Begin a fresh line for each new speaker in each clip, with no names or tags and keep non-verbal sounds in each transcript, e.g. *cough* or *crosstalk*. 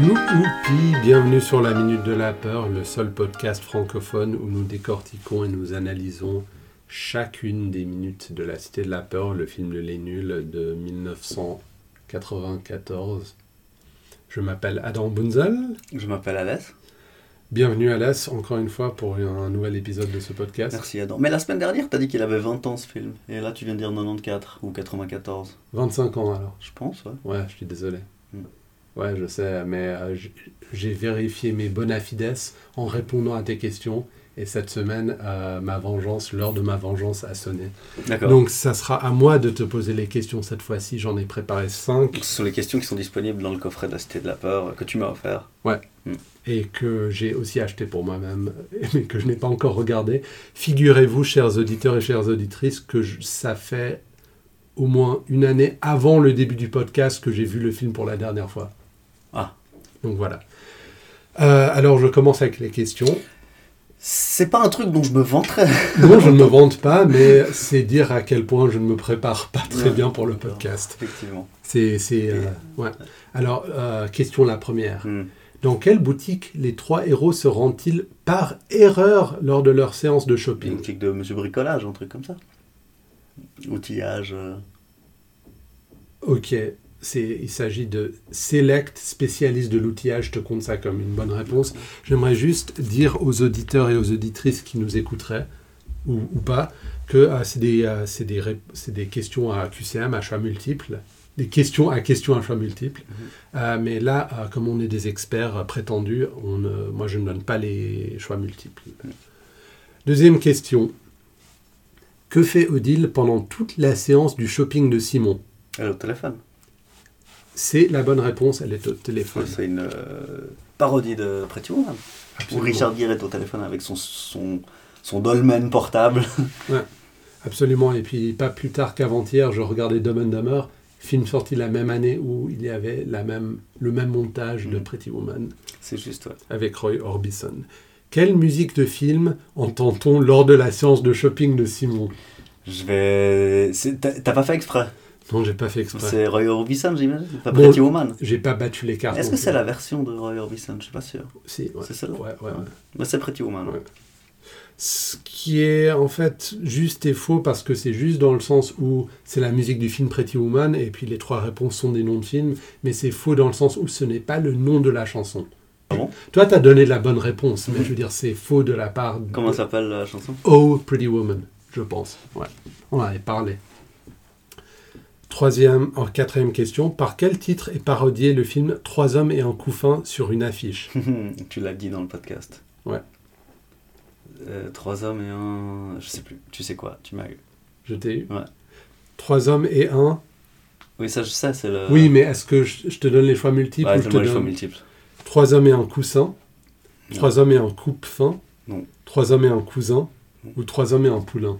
Youpi, bienvenue sur la Minute de la Peur, le seul podcast francophone où nous décortiquons et nous analysons chacune des minutes de la Cité de la Peur, le film de Les Nuls de 1994. Je m'appelle Adam Bunzel.
Je m'appelle Alès.
Bienvenue Alas, encore une fois pour un nouvel épisode de ce podcast.
Merci Adam. Mais la semaine dernière, t'as dit qu'il avait 20 ans ce film. Et là, tu viens de dire 94 ou 94.
25 ans alors.
Je pense, ouais.
Ouais, je suis désolé.
Mm.
Ouais, je sais, mais euh, j- j'ai vérifié mes bona fides en répondant à tes questions. Et cette semaine, euh, ma vengeance, l'heure de ma vengeance a sonné.
D'accord.
Donc, ça sera à moi de te poser les questions cette fois-ci. J'en ai préparé 5
Ce sont les questions qui sont disponibles dans le coffret de la Cité de la Peur euh, que tu m'as offert.
et que j'ai aussi acheté pour moi-même, *laughs* mais que je n'ai pas encore regardé. Figurez-vous, chers auditeurs et chères auditrices, que je- ça fait au moins une année avant le début du podcast que j'ai vu le film pour la dernière fois.
Ah.
Donc voilà. Euh, alors je commence avec les questions.
C'est pas un truc dont je me *laughs* vanterais.
Non, je ne me vante pas, mais c'est dire à quel point je ne me prépare pas très
Non.
bien pour le podcast.
Effectivement.
C'est, c'est, euh, ouais. Alors, euh, question la première.
Hmm.
Dans quelle boutique les trois héros se rendent-ils par erreur lors de leur séance de
Une
shopping
boutique de Monsieur Bricolage, un truc comme ça. Outillage. euh,
Ok, c'est, il s'agit de Select, spécialiste de l'outillage, je te compte ça comme une bonne réponse. J'aimerais juste dire aux auditeurs et aux auditrices qui nous écouteraient, ou, ou pas, que ah, c'est, des, euh, c'est, des, rép- c'est des questions à QCM, à choix multiples, des questions à questions à choix multiples. Euh, mais là, euh, comme on est des experts euh, prétendus, on, ne- moi je ne donne pas les choix multiples. Deuxième question. Que fait Odile pendant toute la séance du shopping de Simon
Elle est euh, au téléphone.
c'est la bonne réponse, elle est au téléphone.
C'est une euh, parodie de Pretty Woman. Où
Absolument.
Richard Gere est au téléphone avec son, son, son dolmen portable.
Absolument. Et puis, pas plus tard qu'avant-hier, je regardais Dumb and Dumber, film sorti la même année où il y avait la même, le même montage de
Mhm.
Pretty Woman
C'est juste, ouais.
avec Roy Orbison. Quelle musique de film entend-on lors de la séance de shopping de Simon
Je vais. c'est- T'as t'as pas fait exprès.
Non, j'ai pas fait exprès.
C'est Roy Orbison, j'imagine. Pas
Bon,
Pretty Woman.
J'ai pas battu les cartes.
Est-ce
non
que
plus.
c'est la version de Roy Orbison Je suis pas sûr.
Si, Ah, ouais.
C'est celle-là
Ouais, ouais, ouais.
Mais c'est Pretty Woman. hein.
Ouais. Ce qui est en fait juste et faux parce que c'est juste dans le sens où c'est la musique du film Pretty Woman et puis les trois réponses sont des noms de films, mais c'est faux dans le sens où ce n'est pas le nom de la chanson.
Ah bon
Toi, t'as donné la bonne réponse, mais je veux dire, c'est faux de la part de
Comment s'appelle la chanson *laughs*
Oh Pretty Woman, je pense. Ouais. On en avait parlé. Troisième, en quatrième question, par quel titre est parodié le film Trois hommes et un couffin sur une affiche
Tu l'as dit dans le podcast.
Ouais.
Euh, trois hommes et un. Je sais plus. Tu sais quoi Tu m'as eu.
Je t'ai eu.
Ouais.
Trois hommes et un
Oui, ça je sais, c'est le. Bah,
Oui, mais est-ce que je, je te donne les choix multiples
Ouais,
ou je te
donne-moi les choix
donne
multiples.
trois hommes et un coussin,
Non.
trois hommes et un coupe-fin,
Non.
trois hommes et un cousin
Non.
ou trois hommes et un poulain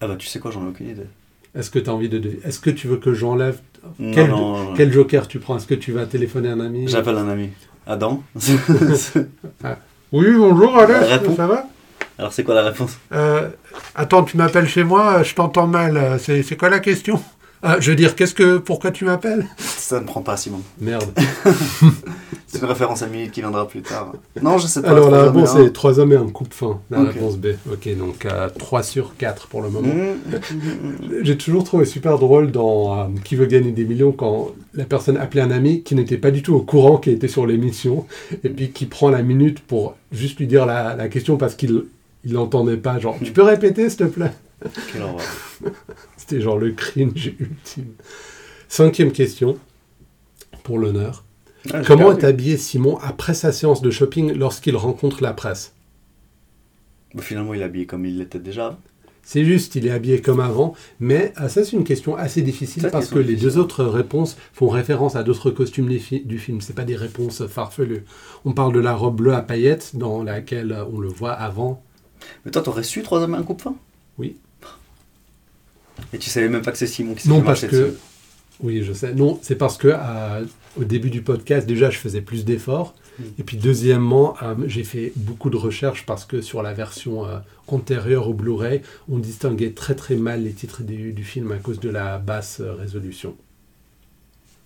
Ah bah tu sais quoi, j'en ai aucune idée.
Est-ce que tu as envie de deviner Est-ce que tu veux que j'enlève
Non,
Quel-
non, non, non.
Quel joker tu prends Est-ce que tu vas téléphoner à un ami
J'appelle un ami.
*laughs*
Adam
Oui, bonjour Alex,
Réponds.
ça va
Alors c'est quoi la réponse
Euh, Attends, tu m'appelles chez moi, je t'entends mal, euh, c'est c'est quoi la question Ah, Je veux dire, qu'est-ce que, pourquoi tu m'appelles
Ça ne prend pas, Simon.
Merde.
C'est une référence à une minute qui viendra plus tard. Non, je sais pas.
Alors
trois
la
hommes et
réponse
un.
est trois hommes et un coupe-fin, la
Ok.
réponse B. Ok, donc euh, 3 sur 4 pour le moment.
*laughs* Mmh.
J'ai toujours trouvé super drôle dans euh, Qui veut gagner des millions quand la personne appelait un ami qui n'était pas du tout au courant, qui était sur l'émission, et puis qui prend la minute pour juste lui dire la, la question parce qu'il il l'entendait pas. Genre, tu peux répéter s'il te plaît *laughs*
Quelle horreur.
C'était genre le cringe *laughs* ultime. Cinquième question, pour l'honneur.
Ah, j'ai
Comment
perdu.
est habillé Simon après sa séance de shopping lorsqu'il rencontre la presse
Bah, Finalement, il est habillé comme il l'était déjà.
C'est juste, il est habillé comme avant, mais ah, ça c'est une question assez difficile
Ça,
parce
c'est
que les
difficile.
deux autres réponses font référence à d'autres costumes des fi- du film. C'est pas des réponses farfelues. On parle de la robe bleue à paillettes dans laquelle euh, on le voit avant.
Mais toi, t'aurais su trois hommes et un coupe-fin
Oui.
Et tu savais même pas que c'est Simon qui s'est
Non
fait
parce
marcher
que,
dessus.
oui je sais. Non, c'est parce que euh, au début du podcast déjà je faisais plus d'efforts
Mm.
et puis deuxièmement euh, j'ai fait beaucoup de recherches parce que sur la version euh, antérieure au Blu-ray on distinguait très très mal les titres du, du film à cause de la basse euh, résolution.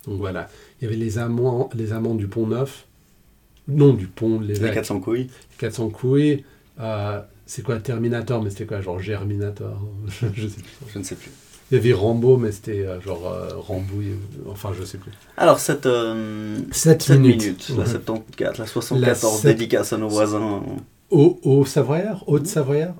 Donc voilà, il y avait les amants, les amants du Pont Neuf, Non, du pont de
Les
l'évêque.
400 couilles.
400 couilles. euh, c'est quoi Terminator, mais c'était quoi Genre Germinator *laughs* Je je sais plus.
Je ne sais plus.
Il y avait Rambo, mais c'était euh, genre euh, Rambouille. euh, Enfin, je sais plus.
Alors, cette, euh,
7,
cette minute,
minutes.
la
Ouais.
74, la 74,
La sept-
dédicace à nos voisins
Au, au Savoyard Haute Savoyard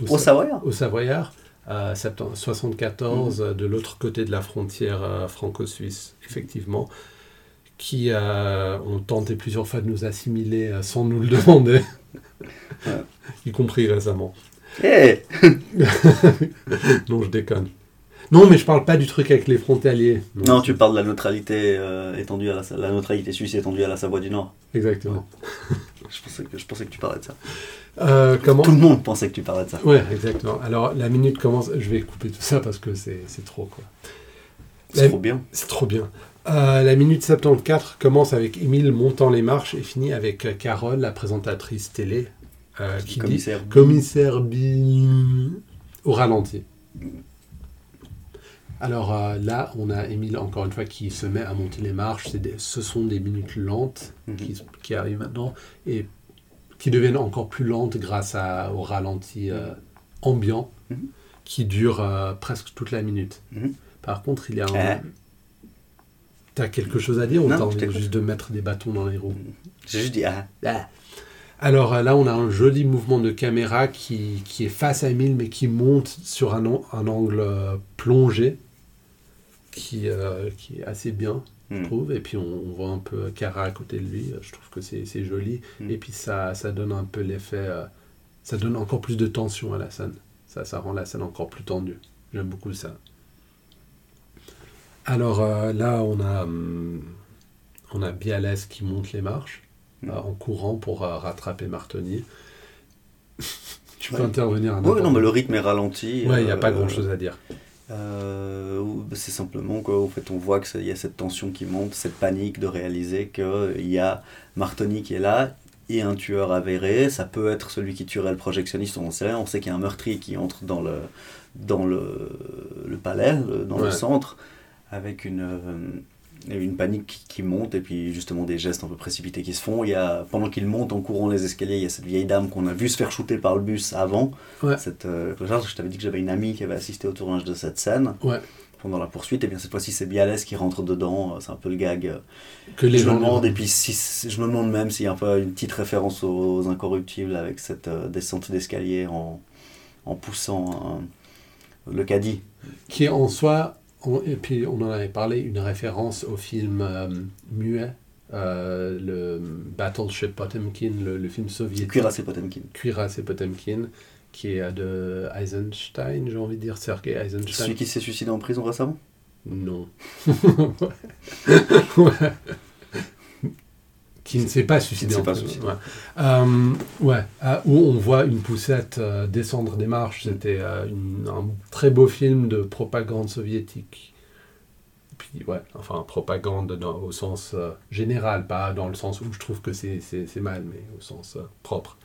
Mmh. au Savoyard. Mmh.
Au Savoyard, euh, septem- 74, euh, de l'autre côté de la frontière euh, franco-suisse, effectivement, qui euh, ont tenté plusieurs fois de nous assimiler euh, sans nous le demander,
Ouais.
*laughs* y compris récemment.
Eh
Non, je déconne. Non, mais je parle pas du truc avec les frontaliers.
Non, tu parles de la neutralité, euh, étendue à la, Sa- la neutralité suisse étendue à la Savoie du Nord.
Exactement.
Je pensais que, je pensais que tu parlais de ça.
Euh, comment
Tout le monde pensait que tu parlais de ça.
Ouais, exactement. Alors, la minute commence. Je vais couper tout ça parce que c'est c'est trop, quoi.
C'est
La-
trop bien.
C'est trop bien. Euh, la minute 74 commence avec Émile montant les marches et finit avec euh, Carole, la présentatrice télé, euh, qui dit
Commissaire.
Commissaire Bin au ralenti. Alors euh, là, on a Émile encore une fois qui se met à monter les marches. C'est des- ce sont des minutes lentes
Mhm.
qui, qui arrivent maintenant et qui deviennent encore plus lentes grâce à- au ralenti euh, ambiant
Mhm.
qui dure euh, presque toute la minute.
Mhm.
Par contre, il y a un...
Ouais.
T'as quelque chose à dire ou
Non,
t'as
je
envie
t'écoute. Mhm.
juste de mettre des bâtons dans les roues Bah.
J'ai juste dit ah.
Alors euh, là, on a un joli mouvement de caméra qui, qui est face à Emile, mais qui monte sur un, an- un angle euh, plongé, qui, euh, qui est assez bien, je
Hmm.
trouve. Et puis on, on voit un peu Cara à côté de lui. Je trouve que c'est c'est joli.
Mm.
Et puis ça, ça donne un peu l'effet... euh, ça donne encore plus de tension à la scène. Ça, ça rend la scène encore plus tendue. J'aime beaucoup ça. Alors euh, là, on a... hum, on a Bialès qui monte les marches
Mm.
euh, en courant pour euh, rattraper
*laughs*
Martoni. tu peux
Ouais.
intervenir à
Ouais,
n'importe
non, mais le rythme est ralenti.
Ouais, il n'y a
euh,
pas grand chose à dire.
Euh, ou- c'est simplement qu'en fait on voit qu'il y a cette tension qui monte, cette panique de réaliser qu'il y a Martoni qui est là et un tueur avéré. Ça peut être celui qui tuerait le projectionniste, on sait rien. On sait qu'il y a un meurtrier qui entre dans le, dans le, le palais, le- dans le
Ouais.
centre, avec une, euh, une panique qui- qui monte et puis justement des gestes un peu précipités qui se font. Il y a, pendant qu'il monte en courant les escaliers, il y a cette vieille dame qu'on a vu se faire shooter par le bus avant.
Ouais.
Cette, euh, Richard, je t'avais dit que j'avais une amie qui avait assisté au tournage de cette scène
Ouais.
pendant la poursuite. Et bien cette fois-ci, c'est Bialès qui rentre dedans. euh, C'est un peu le gag. euh,
Que les
je me
gens
demande, et puis si, si- je me demande même s'il y a un peu une petite référence aux, incorruptibles avec cette euh, descente d'escalier en, en poussant euh, le caddie.
qui est en soi, on- et puis on en avait parlé, une référence au film euh, muet, euh, le Battleship Potemkin, le, le film
C'est
soviétique
Cuirassé Potemkin.
Cuirassé Potemkin, qui est euh, de Eisenstein, j'ai envie de dire, Sergei Eisenstein.
Celui qui s'est suicidé en prison récemment
Non. *laughs* Ouais. Qui ne s'est pas suicidé.
s'est
en
pas
fait.
suicidé.
Ouais. Euh, ouais. Ah, où on voit une poussette euh, descendre des marches. C'était euh, une- un très beau film de propagande soviétique. Puis, ouais, enfin, propagande dans- au sens euh, général, pas dans le sens où je trouve que c'est- c'est c'est mal, mais au sens euh, propre.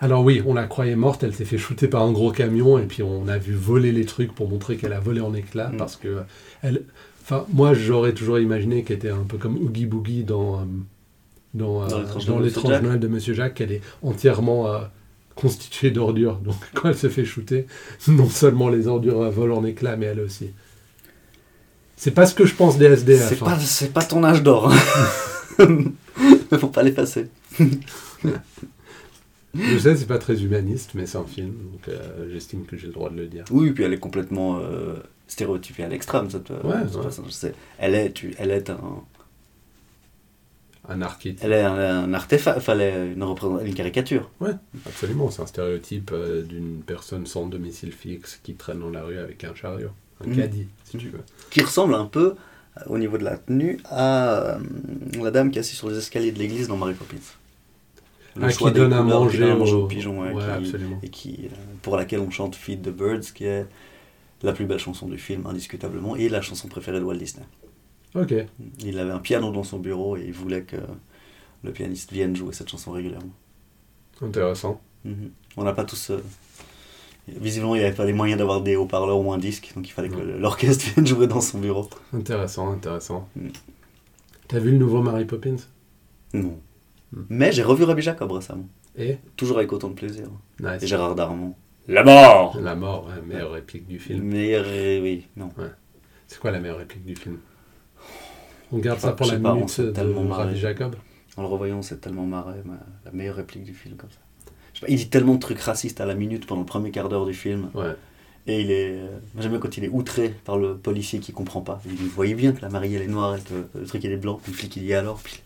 Alors oui, on la croyait morte, elle s'est fait shooter par un gros camion et puis on a vu voler les trucs pour montrer qu'elle a volé en éclats
Mm.
parce que elle, enfin moi j'aurais toujours imaginé qu'elle était un peu comme Oogie Boogie dans euh, dans, euh,
Dans l'étrange
dans
Noël de Monsieur
l'étrange
Jack.
Noël de Monsieur Jacques, qu'elle est entièrement euh, constituée d'ordures. Donc *laughs* quand elle se fait shooter, *laughs* non seulement les ordures euh, volent en éclats, mais elle aussi. C'est pas ce que je pense des SDF.
C'est
hein.
pas, c'est pas ton
*laughs*
âge d'or. *laughs* Mais faut pas l'effacer.
Je sais, c'est pas très humaniste, mais c'est un film, donc euh, j'estime que j'ai le droit de le dire.
Oui, puis elle est complètement euh, stéréotypée à l'extrême, cette, euh,
Ouais,
cette
ouais.
personne. C'est- Elle est, tu, elle est un,
Un archétype.
elle est un, un artefact, fallait une, représent- une caricature.
Absolument, c'est un stéréotype euh, d'une personne sans domicile fixe qui traîne dans la rue avec un chariot, un
Mhm.
caddie, si tu veux.
qui ressemble un peu euh, au niveau de la tenue à euh, la dame qui est assise sur les escaliers de l'église dans Mary Poppins. Le
Ah,
choix
qui
des
donne à
couleurs, qui
manger
donne à manger
aux-
aux, pigeons ouais,
Ouais,
qui-
absolument.
et qui, euh, pour laquelle on chante Feed the Birds, qui est la plus belle chanson du film, indiscutablement, et la chanson préférée de Walt Disney.
Ok.
Il avait un piano dans son bureau et il voulait que le pianiste vienne jouer cette chanson régulièrement.
Intéressant.
Mhm. On n'a pas tous. euh, Visiblement, il n'y avait pas les moyens d'avoir des haut-parleurs ou un disque, donc il fallait que l'orchestre *laughs* vienne jouer dans son bureau.
Intéressant, intéressant.
Mm.
T'as vu le nouveau Mary Poppins
Non. Mais j'ai revu Rabbi Jacob récemment.
Et
Toujours avec autant de plaisir.
Eh Nice.
Et Gérard Darmon. La mort
La mort, ouais, meilleure réplique du film.
Meilleur, euh, oui, non.
C'est quoi la meilleure réplique du film On garde
Je sais
ça
pas,
pour
je
la
sais pas, on
minute
s'est
de
tellement marré.
Rabbi Jacob
En le revoyant, on s'est tellement marré. mais la meilleure réplique du film, comme ça. Je sais pas, il dit tellement de trucs racistes à la minute pendant le premier quart d'heure du film.
Ouais.
Et il est. euh, moi, J'aime bien quand il est outré par le policier qui comprend pas. Il dit Vous voyez bien que la mariée elle est noire, elle, euh, le truc il est blanc, puis le flic il y est alors. Puis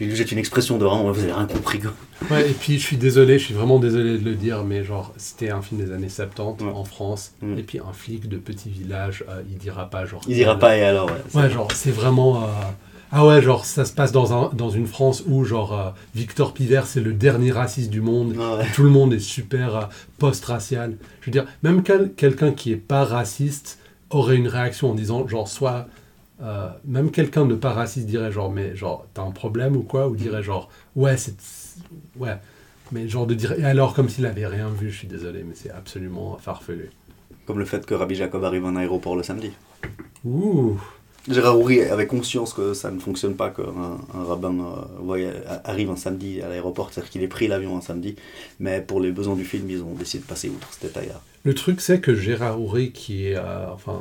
il lui jette une expression de vraiment, vous avez rien compris. quoi.
Ouais, et puis je suis désolé, je suis vraiment désolé de le dire, mais genre, c'était un film des années 70
Ouais.
en France,
Mm.
et puis un flic de petit village, euh, il dira pas, genre. euh,
Il dira pas et alors. Ouais, c'est-
Ouais, genre, c'est vraiment. euh, Ah ouais, genre, ça se passe dans, un, dans une France où, genre, euh, Victor Piver, c'est le dernier raciste du monde.
Ouais, ouais.
Tout le monde est super euh, post-racial. Je veux dire, même quel- quelqu'un qui est pas raciste aurait une réaction en disant, genre, soit. euh, même quelqu'un de pas raciste dirait, genre, mais, genre, t'as un problème ou quoi Ou dirait, genre, ouais, c'est. Ouais. Mais, genre, de dire. Et alors, comme s'il avait rien vu, je suis désolé, mais c'est absolument farfelu.
Comme le fait que Rabbi Jacob arrive en aéroport le samedi.
Ouh
Gérard Houry avait conscience que ça ne fonctionne pas, qu'un un rabbin euh, voya- a- arrive un samedi à l'aéroport, c'est-à-dire qu'il ait pris l'avion un samedi, mais pour les besoins du film, ils ont décidé de passer outre ce détail-là.
Le truc, c'est que Gérard Houré, qui est, euh, enfin,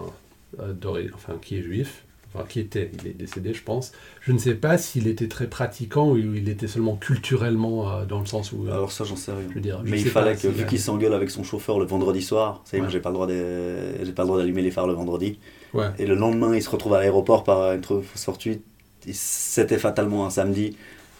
euh, d'ori- enfin, qui est juif, enfin, qui était, il est décédé, je pense, je ne sais pas s'il était très pratiquant ou il était seulement culturellement, euh, dans le sens où... euh,
Bah, Alors ça, j'en sais rien.
je veux dire, je
mais il
sais
fallait
pas
que,
si
vu
la-
qu'il s'engueule avec son chauffeur le vendredi soir, ça y est, moi
Ouais.
j'ai pas le droit de- j'ai pas le droit d'allumer les phares le vendredi,
Ouais.
et le lendemain, il se retrouve à l'aéroport par une trousse fortuite, Il- c'était fatalement un samedi,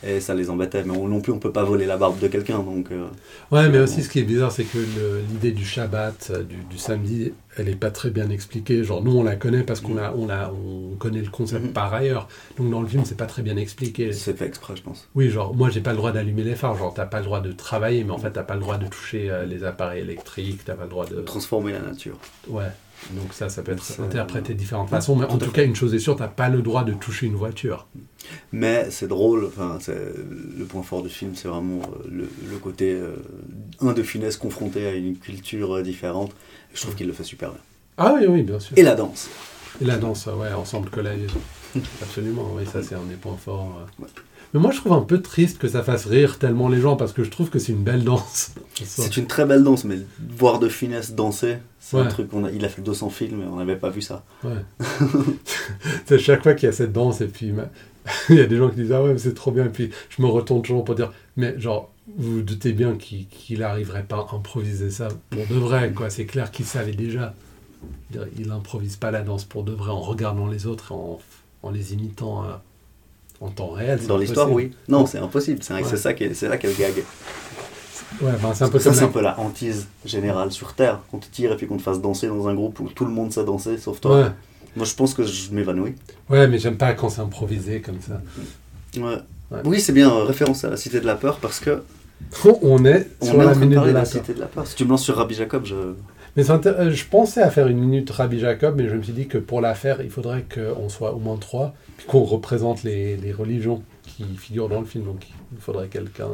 et ça les embêtait, mais on- non plus, on peut pas voler la barbe de quelqu'un, donc... euh,
Ouais, mais
Clairement.
aussi ce qui est bizarre, c'est que le- l'idée du Shabbat, euh, du, du samedi, elle n'est pas très bien expliquée. Genre, nous, on la connaît parce qu'on a, on a, on connaît le concept
Mhm.
par ailleurs. Donc, dans le film, c'est pas très bien expliqué.
c'est fait exprès, je pense.
Oui, genre, moi, j'ai pas le droit d'allumer les phares. Genre, t'as pas le droit de travailler, mais en fait, t'as pas le droit de toucher euh, les appareils électriques, t'as pas le droit de.
Transformer la nature.
Ouais, donc ça, ça peut être
Donc ça,
interprété de différentes
ouais,
façons, mais en
tout à
tout cas,
fait.
une chose est sûre, t'as pas le droit de toucher une voiture.
Mais c'est drôle, enfin, c'est- le point fort du film, c'est vraiment euh, le, le côté euh, un de Funès confronté à une culture euh, différente. Je trouve qu'il le fait super bien.
Ah oui, oui, bien sûr.
Et la danse.
Et la danse, ouais, ensemble collège. *laughs* Absolument, oui, ça c'est un des points forts. ouais.
Ouais.
Mais moi je trouve un peu triste que ça fasse rire tellement les gens parce que je trouve que c'est une belle danse.
C'est une très belle danse, mais voir de Funès danser, c'est un
Ouais.
truc qu'on a. Il a fait 200 films et on n'avait pas vu ça.
Ouais. *laughs* c'est chaque fois qu'il y a cette danse et puis ma- *laughs* il y a des gens qui disent ah ouais mais c'est trop bien et puis je me retourne toujours pour dire mais genre vous vous doutez bien qu'il n'arriverait pas à improviser ça pour de vrai quoi c'est clair qu'il savait déjà Je veux dire, il improvise pas la danse pour de vrai en regardant les autres et en, en les imitant hein, en temps réel c'est
Dans l'histoire,
impossible.
oui. Non, c'est impossible. C'est vrai que
Ouais.
c'est ça qui est- c'est là qu'elle gague.
ouais ben, c'est un peu
ça,
comme
c'est
la-
un peu la hantise générale sur Terre. Qu'on te tire et puis qu'on te fasse danser dans un groupe où tout le monde sait danser sauf toi.
ouais.
Moi, je pense que je m'évanouis.
ouais mais j'aime pas quand c'est improvisé comme ça
Ouais.
Ouais.
Oui, c'est bien euh, référence à la Cité de la Peur parce que
on est
On
sur
est en
la
train de
minute de
parler de
la
la cité de la peur. Si tu me lances sur Rabbi Jacob, je.
Mais c'est intér- euh, je pensais à faire une minute Rabbi Jacob, mais je me suis dit que pour la faire, il faudrait qu'on soit au moins trois, puis qu'on représente les, les religions qui figurent dans le film. Donc il faudrait quelqu'un.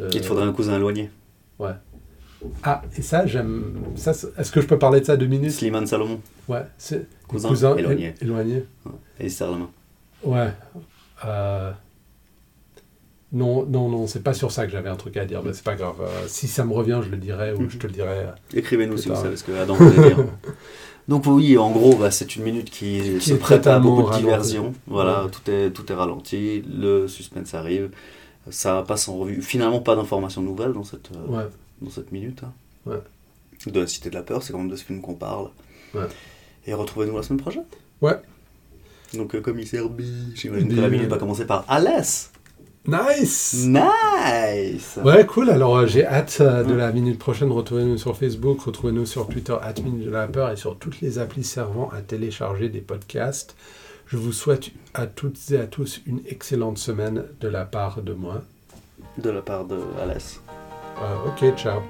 euh,
Il te faudrait un cousin éloigné.
Ah, et ça, j'aime. ça, c'est- Est-ce que je peux parler de ça deux minutes
Slimane Salomon.
Ouais. c'est-
Cousin
cousin
éloigné.
é- éloigné.
Et il se serre la main.
Ouais. euh, Non, non, non, c'est pas sur ça que j'avais un truc à dire, mais c'est pas grave. euh, si ça me revient, je le dirai ou je te le dirai. euh,
Écrivez-nous
Plus
si vous
tard.
savez ce que Adam voulait dire. *laughs* Donc oui, en gros, bah, c'est une minute qui, se
est
prête à beaucoup de
totalement
diversions.
ralentie.
Voilà,
Ouais.
tout est tout est ralenti, le suspense arrive, ça passe en revue. Finalement, pas d'informations nouvelles dans cette euh,
Ouais.
dans cette minute. hein.
Ouais.
De la Cité de la Peur, c'est quand même de ce film qu'on parle.
Ouais.
Et retrouvez-nous la semaine prochaine.
Ouais.
Donc euh, commissaire B, j'imagine
B.
que la minute va commencer par Alès.
Nice!
Nice
Ouais, cool. Alors, euh, j'ai hâte euh, de la minute prochaine. Retrouvez-nous sur Facebook, retrouvez-nous sur Twitter, Minute de la Peur et sur toutes les applis servant à télécharger des podcasts. Je vous souhaite à toutes et à tous une excellente semaine de la part de moi.
De la part de Alès.
Euh, ok, ciao.